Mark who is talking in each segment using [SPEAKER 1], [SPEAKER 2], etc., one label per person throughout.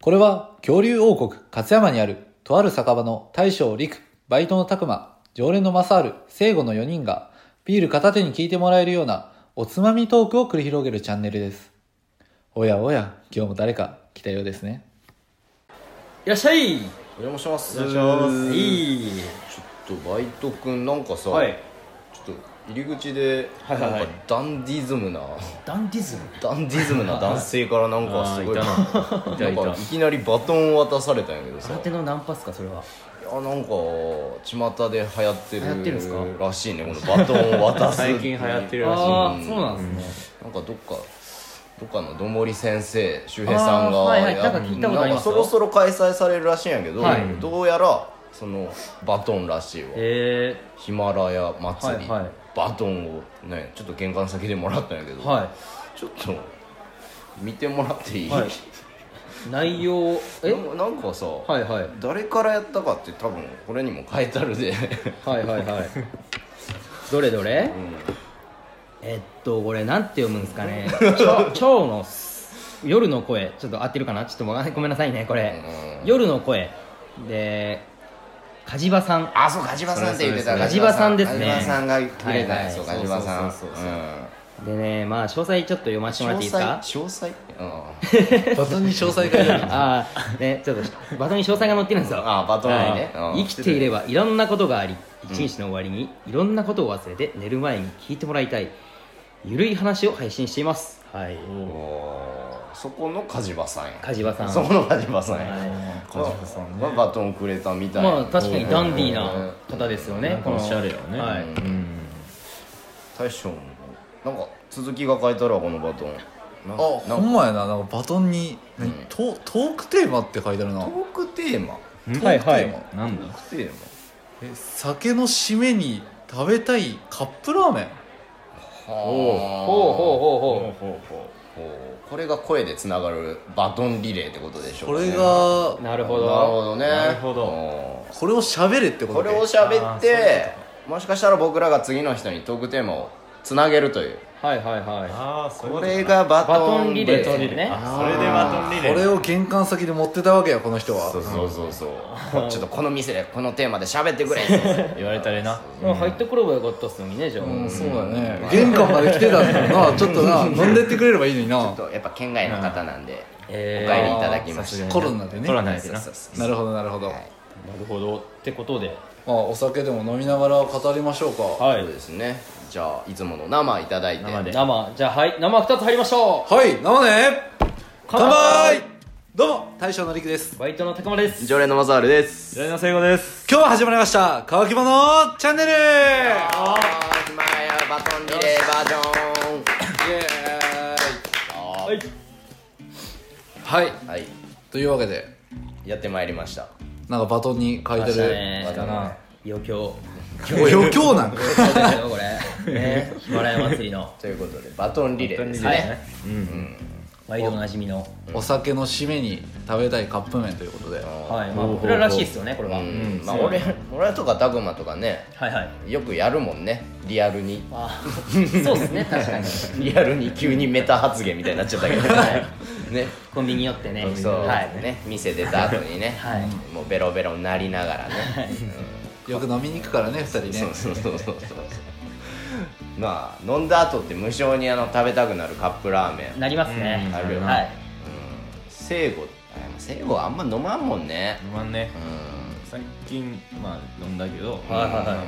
[SPEAKER 1] これは恐竜王国勝山にあるとある酒場の大将陸、バイトの拓馬、常連の正ル聖護の4人がビール片手に聞いてもらえるようなおつまみトークを繰り広げるチャンネルです。おやおや、今日も誰か来たようですね。
[SPEAKER 2] いらっしゃい
[SPEAKER 3] お邪魔します
[SPEAKER 2] い
[SPEAKER 3] はい
[SPEAKER 2] い
[SPEAKER 3] ちょっとバイト君なんかさ、
[SPEAKER 2] はい
[SPEAKER 3] ちょっと入り口で
[SPEAKER 2] は
[SPEAKER 3] ないん
[SPEAKER 2] はいはい
[SPEAKER 3] かダンディズムな、
[SPEAKER 2] ダンディズム
[SPEAKER 3] ダンディズムな男性からなんかすごい
[SPEAKER 2] あーいたないたいた
[SPEAKER 3] なんかいきなりバトンを渡されたんやけどさ
[SPEAKER 2] 空手のナンパっすかそれはい
[SPEAKER 3] やなんか巷で流行ってる
[SPEAKER 2] 流行ってるんす
[SPEAKER 3] らしいねこのバトンを渡す
[SPEAKER 4] 最近流行ってるらしい
[SPEAKER 2] あ
[SPEAKER 3] う
[SPEAKER 2] あ
[SPEAKER 3] ん
[SPEAKER 2] そうなんですね
[SPEAKER 3] なんかどっかどっかのどもり先生周平さんが
[SPEAKER 2] あーはいはい
[SPEAKER 3] や
[SPEAKER 2] なんか聞いたことあります
[SPEAKER 3] なんかそろそろ開催されるらしいんやけど、
[SPEAKER 2] はい
[SPEAKER 3] どうやらそのバトンらしいわ
[SPEAKER 2] え
[SPEAKER 3] ヒマラヤ祭り、
[SPEAKER 2] はいはい
[SPEAKER 3] バトンをねちょっと玄関先でもらったんやけど、
[SPEAKER 2] ー、は
[SPEAKER 3] ちょっと見てもらっていい、
[SPEAKER 2] はいい内容え
[SPEAKER 3] なんなんかさ、
[SPEAKER 2] はいはい
[SPEAKER 3] 誰からやったかって多分これにも書いてあるで
[SPEAKER 2] はいはいはいどれどれ、えっとこれなんて読むんですかね「蝶蝶の夜の声」ちょっと合ってるかなちょっとわかんないごめんなさいねこれ「夜の声」で梶場さん
[SPEAKER 3] あそうガジバさんって言ってた
[SPEAKER 2] そうですねガ
[SPEAKER 3] ガ
[SPEAKER 2] ジ
[SPEAKER 3] ジ
[SPEAKER 2] バ
[SPEAKER 3] バ
[SPEAKER 2] さ
[SPEAKER 3] さ
[SPEAKER 2] ん
[SPEAKER 3] ん
[SPEAKER 2] で
[SPEAKER 3] が
[SPEAKER 2] すね
[SPEAKER 3] くれたん
[SPEAKER 2] は
[SPEAKER 3] や
[SPEAKER 2] いはい
[SPEAKER 3] そうガジバさん
[SPEAKER 2] そうそうそう
[SPEAKER 3] う
[SPEAKER 2] でねまあ詳細ちょっと読ませてもらっ
[SPEAKER 3] ん
[SPEAKER 2] ていいですか
[SPEAKER 3] 詳細詳細、うん、
[SPEAKER 1] バトンに詳細がいる。
[SPEAKER 2] ああねちょっとバトンに詳細が載ってるんですよ
[SPEAKER 3] あーバトンにね
[SPEAKER 2] は
[SPEAKER 3] う
[SPEAKER 2] い
[SPEAKER 3] ん
[SPEAKER 2] 生きていればいろんなことがあり一日の終わりにいろんなことを忘れて寝る前に聞いてもらいたいゆるい話を配信していますはい
[SPEAKER 3] おーそこのガジバさんや
[SPEAKER 2] 梶場さん
[SPEAKER 3] そこのガジバさんや、
[SPEAKER 4] カジバさんね
[SPEAKER 3] まあバトンくれたみたいな
[SPEAKER 2] まあ確かにダンディーな方ですよね
[SPEAKER 4] ん
[SPEAKER 2] この
[SPEAKER 4] おしゃれよね
[SPEAKER 2] はい
[SPEAKER 3] 大将もなんか続きが書いてあるわこのバトンな
[SPEAKER 1] あ、
[SPEAKER 3] な
[SPEAKER 1] ほ
[SPEAKER 3] んか
[SPEAKER 1] んまやな、なんかバトンに、
[SPEAKER 3] うん
[SPEAKER 1] トトークテーマって書いてあるな。
[SPEAKER 3] ト
[SPEAKER 1] ト
[SPEAKER 3] ークテーマ
[SPEAKER 1] ークテーマ。
[SPEAKER 2] はいはい
[SPEAKER 4] なん
[SPEAKER 3] トー
[SPEAKER 4] だ
[SPEAKER 3] クテーマ
[SPEAKER 1] え酒の締めに食べたいカップラーメン
[SPEAKER 3] はあ
[SPEAKER 2] ほうほうほうほ
[SPEAKER 4] ほうほ
[SPEAKER 3] ほうこれが声でつながるバトンリレーってことでしょ
[SPEAKER 1] こ
[SPEAKER 3] うか
[SPEAKER 1] れ
[SPEAKER 3] ね
[SPEAKER 1] が
[SPEAKER 2] うなる
[SPEAKER 3] な
[SPEAKER 2] ほ
[SPEAKER 3] る
[SPEAKER 2] ど
[SPEAKER 3] ほどね
[SPEAKER 4] なるほど
[SPEAKER 3] ど
[SPEAKER 1] これを喋れってこ
[SPEAKER 3] ことれ
[SPEAKER 1] で
[SPEAKER 3] を喋っ
[SPEAKER 4] あーそういう
[SPEAKER 3] てもしかしたら僕らが次の人にトークテーマをつなげるという
[SPEAKER 2] はいはいは
[SPEAKER 4] ああそういう
[SPEAKER 3] こ
[SPEAKER 4] と
[SPEAKER 3] れがバ
[SPEAKER 2] バ
[SPEAKER 3] ト
[SPEAKER 2] トン
[SPEAKER 3] ン
[SPEAKER 2] リ
[SPEAKER 3] リ
[SPEAKER 2] レ
[SPEAKER 3] レ
[SPEAKER 2] ー
[SPEAKER 3] ー
[SPEAKER 2] ですね
[SPEAKER 4] あそれでバトンリレー
[SPEAKER 1] これを玄関先で持ってたわけやこの人は
[SPEAKER 3] そうそうそうそうちょっとこの店でこのテーマで喋ってくれって
[SPEAKER 4] 言われたりな
[SPEAKER 2] まあ入ってくればよかったっすのにねじゃあ
[SPEAKER 1] うんそうだね玄関まで来てたんだからなちょっとな飲んでってくれればいいのに
[SPEAKER 3] ちょ
[SPEAKER 1] な
[SPEAKER 3] っとやっぱ県外の方なんで
[SPEAKER 2] え
[SPEAKER 3] お帰りい
[SPEAKER 2] ー
[SPEAKER 3] ただきました
[SPEAKER 1] コロナでね
[SPEAKER 4] コロナで
[SPEAKER 3] そう
[SPEAKER 4] な
[SPEAKER 3] そうそう
[SPEAKER 1] なるほどなるほど、
[SPEAKER 3] はい
[SPEAKER 2] なるほどってことで
[SPEAKER 1] まあお酒でも飲みながら語りましょうかは
[SPEAKER 2] はい
[SPEAKER 3] そうですねじゃあいつもの生いただいて
[SPEAKER 4] 生で
[SPEAKER 2] 生じゃあはい生2つ入りましょう
[SPEAKER 1] い、生ね乾杯どうも大将のりくです
[SPEAKER 2] バイトの高間です
[SPEAKER 3] 常連のマサールです
[SPEAKER 4] 左の聖子です
[SPEAKER 1] 今日は始まりました乾き物チャンネル
[SPEAKER 3] あーヒマラヤバトンリレーバージョン
[SPEAKER 1] イエ
[SPEAKER 3] はい
[SPEAKER 1] ーイはい
[SPEAKER 3] はい
[SPEAKER 1] というわけで
[SPEAKER 3] やってまいりました
[SPEAKER 1] なんかバトンに書いてる
[SPEAKER 2] ね
[SPEAKER 3] かな
[SPEAKER 2] 余興
[SPEAKER 1] お余興なんか
[SPEAKER 2] そうですよこれねヒマラヤ祭りの
[SPEAKER 3] ということでバトンリレーです
[SPEAKER 2] バトンリレ
[SPEAKER 3] ね
[SPEAKER 2] 毎度おなじみの
[SPEAKER 1] お酒の締めに食べたいカップ麺ということで
[SPEAKER 2] はいまあ僕ららしいですよねこれは
[SPEAKER 3] う
[SPEAKER 2] は
[SPEAKER 3] んまあ俺俺とかダグマとかね
[SPEAKER 2] いはい
[SPEAKER 3] よくやるもんねリアルに
[SPEAKER 2] あーそうですね確かに
[SPEAKER 3] リアルに急にメタ発言みたいになっちゃったけどね
[SPEAKER 2] コンビニ寄ってね
[SPEAKER 3] そう
[SPEAKER 2] はい
[SPEAKER 3] ね店出た後にね
[SPEAKER 2] はい
[SPEAKER 3] もうベロベロになりながらね
[SPEAKER 1] よく飲みに行くからね2人
[SPEAKER 3] そ
[SPEAKER 1] ね
[SPEAKER 3] うそうそうそうそうまあ飲んだ後って無性にあの食べたくなるカップラーメン
[SPEAKER 2] なりますね
[SPEAKER 3] うんあるよ
[SPEAKER 2] はい
[SPEAKER 3] 聖子あ聖子あんま飲まんもんね
[SPEAKER 4] 飲まんね
[SPEAKER 3] うん
[SPEAKER 4] 最近まあ飲んだけどはい
[SPEAKER 2] はいはい
[SPEAKER 4] まあまあまあでも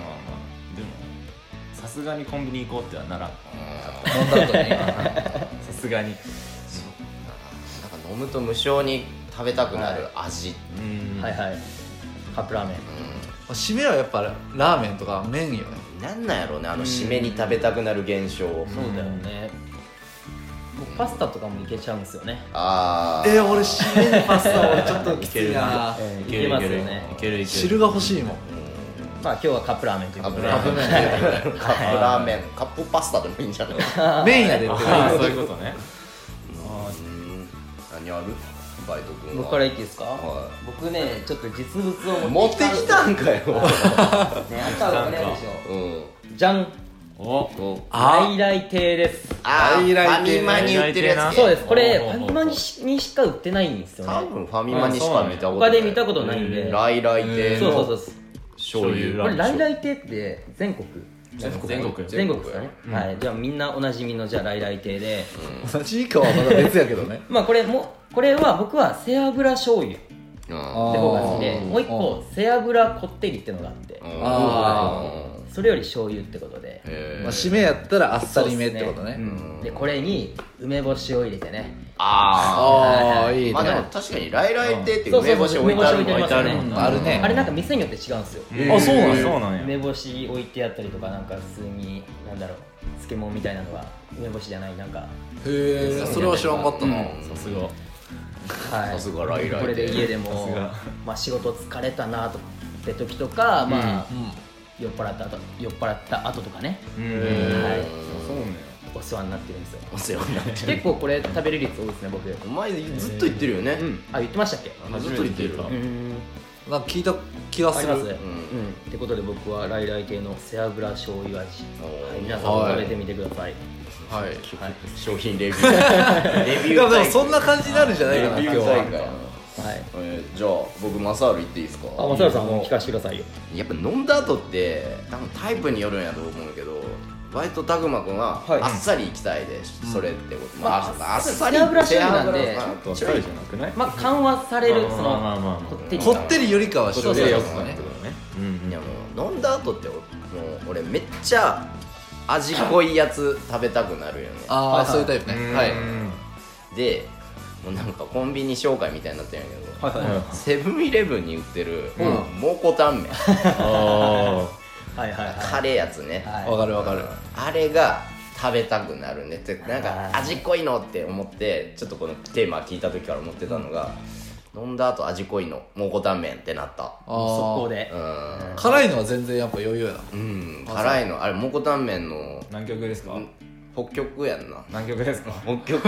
[SPEAKER 4] さすがにコンビニ行こうってはならん
[SPEAKER 1] 飲んだ後に
[SPEAKER 4] さすがに
[SPEAKER 3] なんか飲むと無性に食べたくなる味
[SPEAKER 4] うん
[SPEAKER 2] はいはいカップラーメン
[SPEAKER 1] 締めはやっぱラーメンとか麺よね
[SPEAKER 3] なんなんやろうねあの締めに食べたくなる現象
[SPEAKER 2] そうだよね僕パスタとかもいけちゃうんですよね
[SPEAKER 3] あ
[SPEAKER 1] え
[SPEAKER 3] ー
[SPEAKER 1] ー、俺締めにパスタ俺ちょっときついな
[SPEAKER 2] えー
[SPEAKER 4] い
[SPEAKER 2] い
[SPEAKER 4] け
[SPEAKER 2] け
[SPEAKER 4] る
[SPEAKER 2] ま
[SPEAKER 4] い
[SPEAKER 2] す
[SPEAKER 4] け
[SPEAKER 2] よ
[SPEAKER 4] る
[SPEAKER 2] ね
[SPEAKER 4] いけるいけ
[SPEAKER 1] 汁
[SPEAKER 4] る
[SPEAKER 1] が欲しいもん
[SPEAKER 2] まあ今日はカップラーメンということで
[SPEAKER 3] カップ
[SPEAKER 1] 麺
[SPEAKER 3] カップラーメンカップパスタでもいいんじゃない
[SPEAKER 1] 麺やでって
[SPEAKER 4] あーそういうことね
[SPEAKER 3] うん何あるバイト君は
[SPEAKER 2] 僕から言っていいですか、
[SPEAKER 3] は
[SPEAKER 2] 僕ねちょっと実物を
[SPEAKER 3] 持ってきたんかよ
[SPEAKER 2] ねあったらわかるでしょ
[SPEAKER 3] うん
[SPEAKER 2] じゃん
[SPEAKER 4] お
[SPEAKER 3] お
[SPEAKER 1] あ
[SPEAKER 2] 来来亭です
[SPEAKER 3] あーフ
[SPEAKER 5] 外
[SPEAKER 3] ァ
[SPEAKER 5] 来
[SPEAKER 3] ミ
[SPEAKER 5] 系ね
[SPEAKER 3] マに売ってるやつ
[SPEAKER 2] そうですこれ
[SPEAKER 4] お
[SPEAKER 2] フ
[SPEAKER 4] ー
[SPEAKER 2] ァミマにしにしか売ってないんですよ
[SPEAKER 3] 多
[SPEAKER 2] ね
[SPEAKER 3] 分ファミマにしか見たことな
[SPEAKER 2] 他
[SPEAKER 3] い
[SPEAKER 2] で見たことないんで
[SPEAKER 3] 来来亭
[SPEAKER 2] そうそうそう
[SPEAKER 3] の
[SPEAKER 2] そう
[SPEAKER 3] 醤油
[SPEAKER 2] これ来来亭って全国
[SPEAKER 5] 全国
[SPEAKER 3] 全国
[SPEAKER 2] 全国ですかね、
[SPEAKER 4] うん
[SPEAKER 2] はいじゃあみんなおなじみのじゃあ来来亭で、
[SPEAKER 1] 同じかはまだ別やけどね
[SPEAKER 2] まあこれもこれは僕は背脂醤油って
[SPEAKER 3] あ
[SPEAKER 2] 方が好きで
[SPEAKER 1] あー
[SPEAKER 2] もう一個背脂こってりってのがあって
[SPEAKER 3] ー
[SPEAKER 1] あ
[SPEAKER 3] うん
[SPEAKER 2] それより醤油ってことで
[SPEAKER 3] へー
[SPEAKER 1] まあ、締めやったらあっさりめってことね
[SPEAKER 2] そうっすうんでこれに梅干しを入れてね
[SPEAKER 3] あ
[SPEAKER 1] ああいい
[SPEAKER 3] ー
[SPEAKER 1] ね、
[SPEAKER 3] まあでも確かに来来亭って
[SPEAKER 2] そうそうそう
[SPEAKER 3] 梅干し置いてある
[SPEAKER 2] 梅干し置いてある
[SPEAKER 3] もん
[SPEAKER 1] あるね
[SPEAKER 2] あれなんか店によって違うんですよ
[SPEAKER 4] あそうなんやそうなんや
[SPEAKER 2] 梅干し置いてあったりとかなんか普通になんだろう漬物みたいなのが梅干しじゃないなんか
[SPEAKER 1] へえそれは知らんかったな、
[SPEAKER 4] さすが
[SPEAKER 2] は
[SPEAKER 3] さすがライ
[SPEAKER 2] い
[SPEAKER 3] ライ
[SPEAKER 2] これで家で
[SPEAKER 4] さ
[SPEAKER 2] も
[SPEAKER 4] すが
[SPEAKER 2] まあ仕事疲れたなとって時とかまあ酔っ払った後酔っ払った後とかね
[SPEAKER 4] うん
[SPEAKER 2] はい
[SPEAKER 4] そうなんや
[SPEAKER 2] お世話になってるんですよ
[SPEAKER 3] お世話になってる
[SPEAKER 2] 結構これ食べる率多いですね僕
[SPEAKER 3] お前ずっと言ってるよね
[SPEAKER 2] あ言ってましたっけ
[SPEAKER 3] あずっと言ってる
[SPEAKER 2] うーん
[SPEAKER 1] うん、なんか聞いた気が
[SPEAKER 2] あ
[SPEAKER 1] す
[SPEAKER 2] り
[SPEAKER 1] る
[SPEAKER 2] ますね
[SPEAKER 3] う
[SPEAKER 2] うんんってことで僕はライライ系の背脂醤油味
[SPEAKER 3] おー
[SPEAKER 2] はい皆さんも食べてみてください
[SPEAKER 1] はい
[SPEAKER 3] 商品レビューレビ
[SPEAKER 1] い
[SPEAKER 3] ュ
[SPEAKER 1] や
[SPEAKER 3] ー
[SPEAKER 1] で
[SPEAKER 3] 大
[SPEAKER 1] も
[SPEAKER 3] 会
[SPEAKER 1] そんな感じになるんじゃないかな
[SPEAKER 3] レビ
[SPEAKER 1] 今日
[SPEAKER 3] ュー大
[SPEAKER 1] は
[SPEAKER 2] は
[SPEAKER 3] 会
[SPEAKER 2] い
[SPEAKER 3] えーじゃあ僕マサール行っていいですか
[SPEAKER 2] あ、松原さんも聞かせてくださいよ。
[SPEAKER 3] やっぱ飲んだ後って多分タイプによるんやと思うんやけどバイトタグマ君は
[SPEAKER 2] はい
[SPEAKER 3] あっさり行きたいで、それってこと、
[SPEAKER 2] まあ
[SPEAKER 3] あ、あっさり
[SPEAKER 2] 背脂醤油なんで
[SPEAKER 3] 背脂
[SPEAKER 4] あとは最じゃなくない
[SPEAKER 2] まあ、緩和される、そ
[SPEAKER 4] まあまあまあまあ
[SPEAKER 2] の
[SPEAKER 4] まあ、
[SPEAKER 2] こってり
[SPEAKER 1] こ
[SPEAKER 2] 感。
[SPEAKER 1] ってりよりかは
[SPEAKER 2] そ
[SPEAKER 1] し
[SPEAKER 2] うそ
[SPEAKER 1] ょ
[SPEAKER 2] う
[SPEAKER 1] う
[SPEAKER 2] そう
[SPEAKER 1] ゆや
[SPEAKER 4] よ
[SPEAKER 1] つだね
[SPEAKER 4] ってことねうん
[SPEAKER 3] いやもう飲んだ後ってもう俺めっちゃ味濃いやつ食べたくなるよね
[SPEAKER 1] あ
[SPEAKER 2] はい
[SPEAKER 1] あそういうタイプね
[SPEAKER 4] は
[SPEAKER 1] はいい
[SPEAKER 3] でもうなんかコンビニ紹介みたいになってるんやけど、
[SPEAKER 2] はいはい。
[SPEAKER 3] セブンイレブンに売ってる、
[SPEAKER 1] うん
[SPEAKER 3] 蒙古タンメン
[SPEAKER 4] あ
[SPEAKER 2] はいはいは
[SPEAKER 3] カレーやつね、
[SPEAKER 2] い。はい。
[SPEAKER 1] わかるわかる
[SPEAKER 3] あれが食べたくなるねってなん
[SPEAKER 2] あ
[SPEAKER 3] か
[SPEAKER 2] ー
[SPEAKER 3] 味濃いのって思ってちょっとこのテーマ聞いた時から思ってたのが、飲んだ後味濃いの蒙古タンメンってなった
[SPEAKER 2] 速攻
[SPEAKER 1] あ
[SPEAKER 2] で
[SPEAKER 3] う。ん
[SPEAKER 1] あ辛いのは全然やっぱ余裕やな
[SPEAKER 3] うん辛いのあれ蒙古タンメンの
[SPEAKER 4] ー南極ですか
[SPEAKER 3] 北極やんな
[SPEAKER 4] 南極ですか
[SPEAKER 3] 北極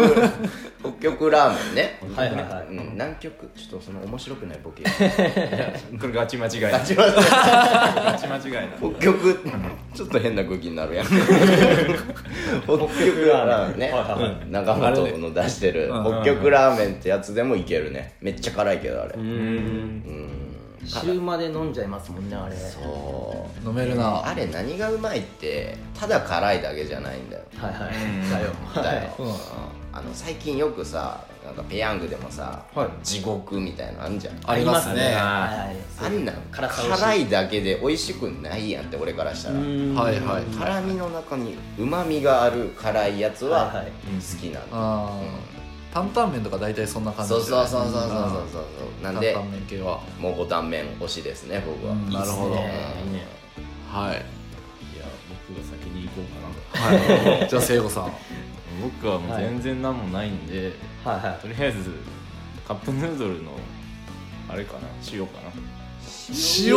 [SPEAKER 3] 北極ラーメンね
[SPEAKER 2] はいはいはい
[SPEAKER 3] うん、南極ちょっとその面白くないボケ
[SPEAKER 4] これガチ間違い
[SPEAKER 3] ガチ間違えた
[SPEAKER 4] ガチ間違いな
[SPEAKER 3] 北極ちょっと変な空気になるやん北極ラーメンね
[SPEAKER 4] はいはいはい
[SPEAKER 3] うん長本の出してる北極ラーメンってやつでもいけるねめっちゃ辛いけどあれう
[SPEAKER 2] うんん。週まで飲んじゃいますもんね、あれ。
[SPEAKER 3] そう
[SPEAKER 1] 飲めるな
[SPEAKER 3] あれ何がうまいってただ辛いだけじゃないんだよ
[SPEAKER 2] はいは
[SPEAKER 4] うん
[SPEAKER 2] い。だよ。
[SPEAKER 3] だよ、
[SPEAKER 1] うん
[SPEAKER 3] あの最近よくさなんかペヤングでもさ、
[SPEAKER 2] はい
[SPEAKER 3] 地獄みたいなのあんじゃん
[SPEAKER 1] ありますね
[SPEAKER 2] は
[SPEAKER 4] あ
[SPEAKER 2] いはい。
[SPEAKER 3] あんなん
[SPEAKER 2] 辛さ美味しい
[SPEAKER 3] 辛いだけで美味しくないやんって俺からしたら
[SPEAKER 2] うん
[SPEAKER 1] はいはい
[SPEAKER 3] 辛みの中にうまみがある辛いやつは
[SPEAKER 2] はいはい
[SPEAKER 3] 好きなんだ、
[SPEAKER 1] あー担々麺とか大体そんな感じ
[SPEAKER 3] そうそうそうそうそうそうそうなんで
[SPEAKER 1] 担々麺系は
[SPEAKER 3] 蒙古タンメン推しですね僕は、
[SPEAKER 1] うんなるほど
[SPEAKER 2] いいっすね
[SPEAKER 4] ーいいね
[SPEAKER 1] はい
[SPEAKER 4] いや僕が先に行こうかな
[SPEAKER 1] はいじゃあ聖子さん
[SPEAKER 4] 僕はもう全然何もないんで
[SPEAKER 2] はいはい。
[SPEAKER 4] とりあえずカップヌードルのあれかな塩かな
[SPEAKER 1] 塩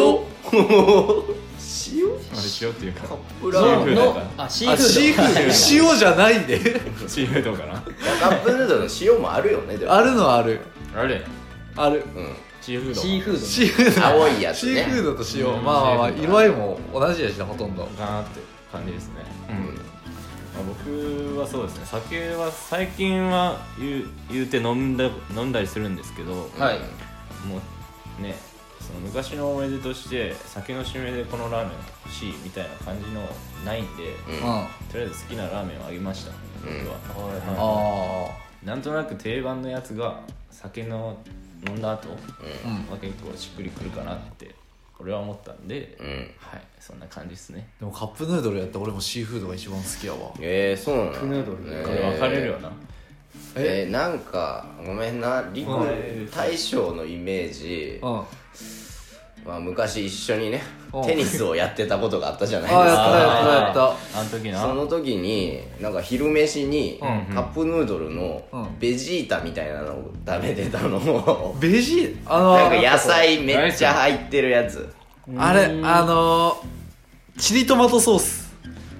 [SPEAKER 3] 塩
[SPEAKER 4] あれ塩っていうか
[SPEAKER 3] カップラ
[SPEAKER 4] シー
[SPEAKER 3] ー
[SPEAKER 4] フ
[SPEAKER 3] メ
[SPEAKER 4] ー
[SPEAKER 3] ン
[SPEAKER 4] ドか
[SPEAKER 2] の、あ、シー
[SPEAKER 1] あシーフ
[SPEAKER 2] フード。
[SPEAKER 1] ード塩じゃないで
[SPEAKER 4] シーフードかな
[SPEAKER 3] カップヌードルの塩もあるよねでも
[SPEAKER 1] あるのはある
[SPEAKER 4] あれ
[SPEAKER 1] ある
[SPEAKER 3] うん
[SPEAKER 4] シーフード
[SPEAKER 2] シーフー
[SPEAKER 1] シーフード
[SPEAKER 3] 青いやつね
[SPEAKER 1] シーフードと
[SPEAKER 4] う
[SPEAKER 1] 塩
[SPEAKER 4] ん
[SPEAKER 1] まあまあまあ
[SPEAKER 4] シーフー
[SPEAKER 1] 色
[SPEAKER 4] ド
[SPEAKER 1] 合いも同じやしなほとんど
[SPEAKER 4] かなって感じですね、う
[SPEAKER 3] うん
[SPEAKER 4] んまあ、僕はそうですね酒は最近は言う言うて飲んだ飲んだりするんですけど、
[SPEAKER 2] ド。はい。
[SPEAKER 4] もうねその昔の思い出として酒の締めでこのラーメン欲しいみたいな感じのないんで、
[SPEAKER 1] う
[SPEAKER 3] う
[SPEAKER 1] ん
[SPEAKER 3] ん
[SPEAKER 1] あ
[SPEAKER 4] とりあえず好きなラーメンをあげました、
[SPEAKER 3] うん
[SPEAKER 4] 僕は、
[SPEAKER 1] あ
[SPEAKER 4] なんとなく定番のやつが酒の飲んだ後
[SPEAKER 1] ーうん
[SPEAKER 4] は結構しっくりくるかなって俺は思ったんで、
[SPEAKER 3] うん
[SPEAKER 4] はいそんな感じですね
[SPEAKER 1] でもカップヌードルやったら俺もシーフードが一番好きやわ
[SPEAKER 3] えー、そうなの
[SPEAKER 2] プヌードル
[SPEAKER 3] ね
[SPEAKER 4] これ分かれるよな、
[SPEAKER 3] えーなんかごめんなリク大将のイメージ、
[SPEAKER 1] うん
[SPEAKER 3] まあ、昔一緒にね
[SPEAKER 1] うん
[SPEAKER 3] テニスをやってたことがあったじゃない
[SPEAKER 1] ああ
[SPEAKER 3] です
[SPEAKER 1] やっ
[SPEAKER 3] か
[SPEAKER 1] たやったやっ
[SPEAKER 4] あの時な
[SPEAKER 3] その時になんか昼飯にカ
[SPEAKER 4] うんうん
[SPEAKER 3] ップヌードルの
[SPEAKER 1] うん
[SPEAKER 3] ベジータみたいなのを食べてたのを
[SPEAKER 1] たベジあの
[SPEAKER 3] なんか野菜めっちゃ入ってるやつ
[SPEAKER 1] あれあのー、チリトマトソース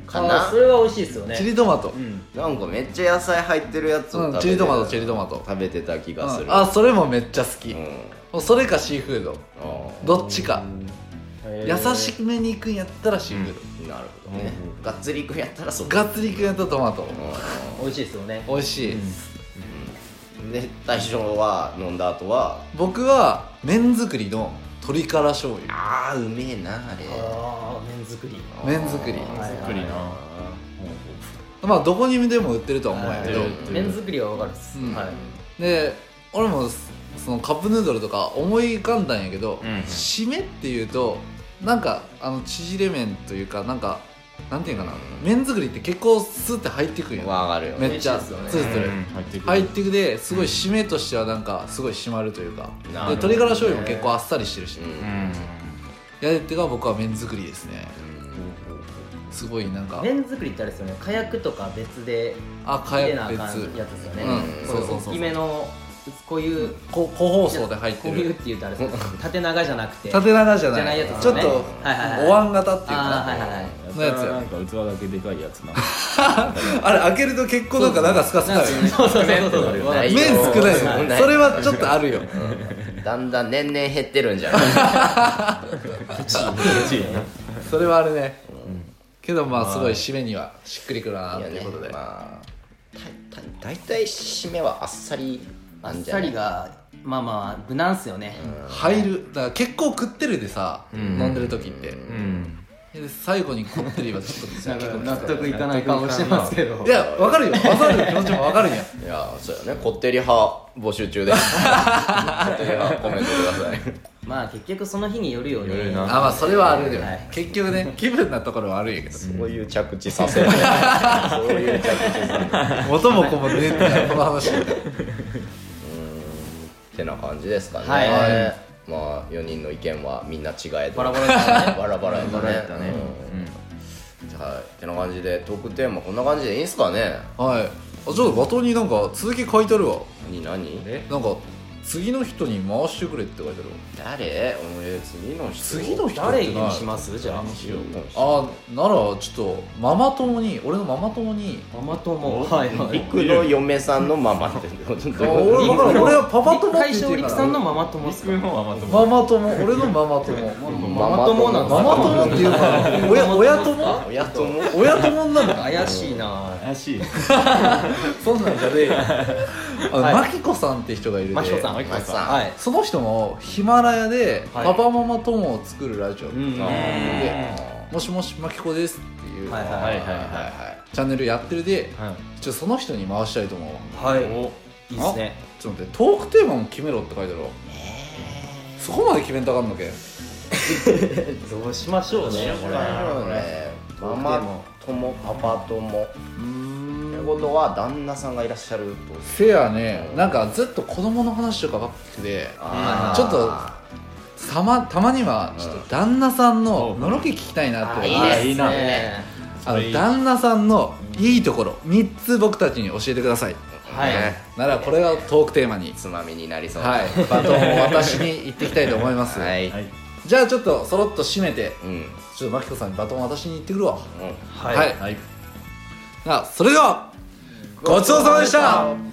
[SPEAKER 3] か
[SPEAKER 2] あ
[SPEAKER 3] な
[SPEAKER 2] それは美味しいですよね。
[SPEAKER 1] チリトマト、
[SPEAKER 3] なんかめっちゃ野菜入ってるやつを食べて、
[SPEAKER 1] うんチリトマトチリトマト
[SPEAKER 3] 食べてた気がする
[SPEAKER 1] あそれもめっちゃ好き、
[SPEAKER 3] うん
[SPEAKER 1] もうそれかシーフード
[SPEAKER 3] あー
[SPEAKER 1] どっちか優しめに行くんやったらシングル、
[SPEAKER 3] なるほどね
[SPEAKER 4] うんう
[SPEAKER 3] がっつりいくんやったらそこ
[SPEAKER 1] がっつり行くんやったらトマト
[SPEAKER 2] 美味しいですよね
[SPEAKER 1] 美味しい、
[SPEAKER 3] うんで大将は飲んだ後は
[SPEAKER 1] 僕は麺作りの鶏から醤油
[SPEAKER 3] あーうめえなあれ
[SPEAKER 2] ああ麺作り
[SPEAKER 1] 麺作り
[SPEAKER 3] あー
[SPEAKER 2] はい
[SPEAKER 4] ゆっくりな
[SPEAKER 3] あ
[SPEAKER 1] まあどこにでも売ってるとは思うんやけど
[SPEAKER 4] はいうん
[SPEAKER 2] 麺作りは分かるっす、
[SPEAKER 1] うん
[SPEAKER 2] はい
[SPEAKER 1] で俺もそのカップヌードルとか思い浮かんだんやけど、
[SPEAKER 4] うん
[SPEAKER 1] 締めっていうとなんかあの縮れ麺というかなんかなんていうかな麺作りって結構スッて入ってくん
[SPEAKER 3] ー
[SPEAKER 1] や、
[SPEAKER 3] わかるよね
[SPEAKER 1] めっちゃ
[SPEAKER 3] 美味しい
[SPEAKER 1] つ
[SPEAKER 3] です
[SPEAKER 1] る
[SPEAKER 3] よ
[SPEAKER 1] つ
[SPEAKER 3] ね
[SPEAKER 1] る
[SPEAKER 4] うん入ってくる
[SPEAKER 1] 入ってくですごい締めとしてはなんかすごい締まるというかで
[SPEAKER 3] なるほど
[SPEAKER 1] 鶏
[SPEAKER 3] ね
[SPEAKER 1] ガラ醤油も結構あっさりしてるし、
[SPEAKER 3] うん
[SPEAKER 4] うん
[SPEAKER 1] やでってが僕は麺作りですねすごいなんか
[SPEAKER 2] 麺作りってあれですよね火薬とか別で
[SPEAKER 1] あ
[SPEAKER 2] 入
[SPEAKER 1] 火
[SPEAKER 2] れなあ
[SPEAKER 1] 薬
[SPEAKER 2] かん
[SPEAKER 1] 別
[SPEAKER 2] やつですよね、
[SPEAKER 1] うん
[SPEAKER 2] これ
[SPEAKER 1] そうそうそう
[SPEAKER 2] 大きめのこういう
[SPEAKER 1] こ個包装で入って
[SPEAKER 2] こういうっ
[SPEAKER 1] る
[SPEAKER 2] て言うとあれですね縦長じゃなくて
[SPEAKER 1] 縦長じゃない
[SPEAKER 2] じゃないやつです
[SPEAKER 1] ちょ
[SPEAKER 2] よ
[SPEAKER 1] っ
[SPEAKER 2] ね
[SPEAKER 1] と
[SPEAKER 2] はいはいはい
[SPEAKER 1] お椀型っていうかな
[SPEAKER 2] あーはいはいはい
[SPEAKER 1] のやつや
[SPEAKER 4] なんか器だけでかいやつな
[SPEAKER 1] あれ開けると結構なんか中すかすかよね
[SPEAKER 2] そうそうそうそう
[SPEAKER 3] 少ない
[SPEAKER 1] 麺少ない
[SPEAKER 3] 少
[SPEAKER 1] よねそれはちょっとあるよ
[SPEAKER 3] うんだんだん年々減ってるんじゃない
[SPEAKER 1] それはあるねけどまあすごい締めにはしっくりくるないと
[SPEAKER 3] や
[SPEAKER 1] いう
[SPEAKER 3] ね
[SPEAKER 1] ことで
[SPEAKER 3] まあたた大体締めはあっさり
[SPEAKER 2] あ
[SPEAKER 3] な
[SPEAKER 2] っ
[SPEAKER 3] んじ
[SPEAKER 2] さ
[SPEAKER 3] ゃない
[SPEAKER 2] りがまあまあ無難っすよね、
[SPEAKER 1] 入るだから結構食ってるでさ飲んでる時って
[SPEAKER 4] うん
[SPEAKER 1] で最後にこってりはちょっと
[SPEAKER 2] なんか納得いかない顔してますけど
[SPEAKER 1] いやわかるよわかる気持ちもわかるんや
[SPEAKER 3] いやそうやねこってり派募集中ですこってり派コメントください
[SPEAKER 2] まあ結局その日によるよね
[SPEAKER 4] よるな
[SPEAKER 1] あまあそれはあるよ
[SPEAKER 2] はい
[SPEAKER 1] 結局ね気分なところはあるんやけど
[SPEAKER 3] そういう着地させるそういう着地させる
[SPEAKER 1] 元も子もねえってこの話
[SPEAKER 3] ってな感じですかね、
[SPEAKER 2] はい
[SPEAKER 3] まあ4人の意見はみんな違えど
[SPEAKER 2] バラバラ だ
[SPEAKER 3] バラバラやったね
[SPEAKER 4] バラやったね
[SPEAKER 3] うんはいってな感じでトークテーマこんな感じでいいんすかね
[SPEAKER 1] はいあちょっとバトンになんか続き書いてあるわ
[SPEAKER 3] 何何
[SPEAKER 4] え
[SPEAKER 1] なんか次の人に回してくれって書いてあるわ
[SPEAKER 3] 誰お前次の人
[SPEAKER 1] 次の人っ
[SPEAKER 2] 誰
[SPEAKER 1] て
[SPEAKER 2] にしますじゃあ
[SPEAKER 3] しよう
[SPEAKER 1] あならちょっとママ友に俺のママ友に
[SPEAKER 2] ママ友はいはい
[SPEAKER 3] 陸の嫁さんのママってどういうこと
[SPEAKER 1] あ俺わからん俺はパパ友って言
[SPEAKER 2] 大
[SPEAKER 1] っ
[SPEAKER 2] 正
[SPEAKER 1] てる
[SPEAKER 2] 力
[SPEAKER 1] か
[SPEAKER 2] さんの
[SPEAKER 1] ら
[SPEAKER 2] ママ友っすか
[SPEAKER 4] 僕のはまとも
[SPEAKER 1] ママ友俺のママ友
[SPEAKER 2] ママ友なん
[SPEAKER 1] ママ友っていうかな親親友
[SPEAKER 3] 親友
[SPEAKER 1] 親友になるの
[SPEAKER 2] 怪しいな
[SPEAKER 4] 怪しい
[SPEAKER 1] そんなんじゃねえよあ
[SPEAKER 2] はい
[SPEAKER 1] のマキコさんって人がいるで
[SPEAKER 2] マキコさん
[SPEAKER 4] マキコさん
[SPEAKER 3] さ
[SPEAKER 2] はい
[SPEAKER 1] その人もヒマラヤで
[SPEAKER 2] はい
[SPEAKER 1] パパママ友を作るラジオっていうの
[SPEAKER 2] う
[SPEAKER 1] を
[SPEAKER 2] ん
[SPEAKER 1] やっててもしもしマキコですっていう
[SPEAKER 2] はいはい
[SPEAKER 4] はいはい
[SPEAKER 1] チャンネルやってるで
[SPEAKER 4] はい
[SPEAKER 1] ちょっとその人に回したいと思うわ
[SPEAKER 2] はい
[SPEAKER 4] お
[SPEAKER 2] いいっすね
[SPEAKER 1] ちょっと待ってトークテーマも決めろって書いてあるわそこまで決めんとあかんのけ
[SPEAKER 2] どうしましょうねこれ
[SPEAKER 3] ねママ友パパ友ってことは旦那さんがいらっしゃると
[SPEAKER 1] せやねなんかずっと子供の話とかばっかりで
[SPEAKER 3] あー
[SPEAKER 1] ちょっとたまたまにはちょっと旦那さんの
[SPEAKER 4] うん
[SPEAKER 1] のろけ聞きたいなって思う
[SPEAKER 2] あ
[SPEAKER 3] いいね
[SPEAKER 2] いい
[SPEAKER 4] あ
[SPEAKER 2] ね
[SPEAKER 1] あ
[SPEAKER 4] それい
[SPEAKER 1] の
[SPEAKER 4] い
[SPEAKER 1] 旦那さんのいいところ3つ僕たちに教えてください、
[SPEAKER 2] はい
[SPEAKER 1] ねならこれがトークテーマに、
[SPEAKER 3] つまみになりそうな
[SPEAKER 1] はい、バトンを私に行ってきたいと思います、
[SPEAKER 3] はい
[SPEAKER 4] はい
[SPEAKER 1] じゃあちょっとそろっと締めて
[SPEAKER 3] うんうん
[SPEAKER 1] ちょっとマキコさんにバトンを私に行ってくるわ
[SPEAKER 2] は
[SPEAKER 1] はい
[SPEAKER 4] はい
[SPEAKER 1] あそれではごちそうさまでした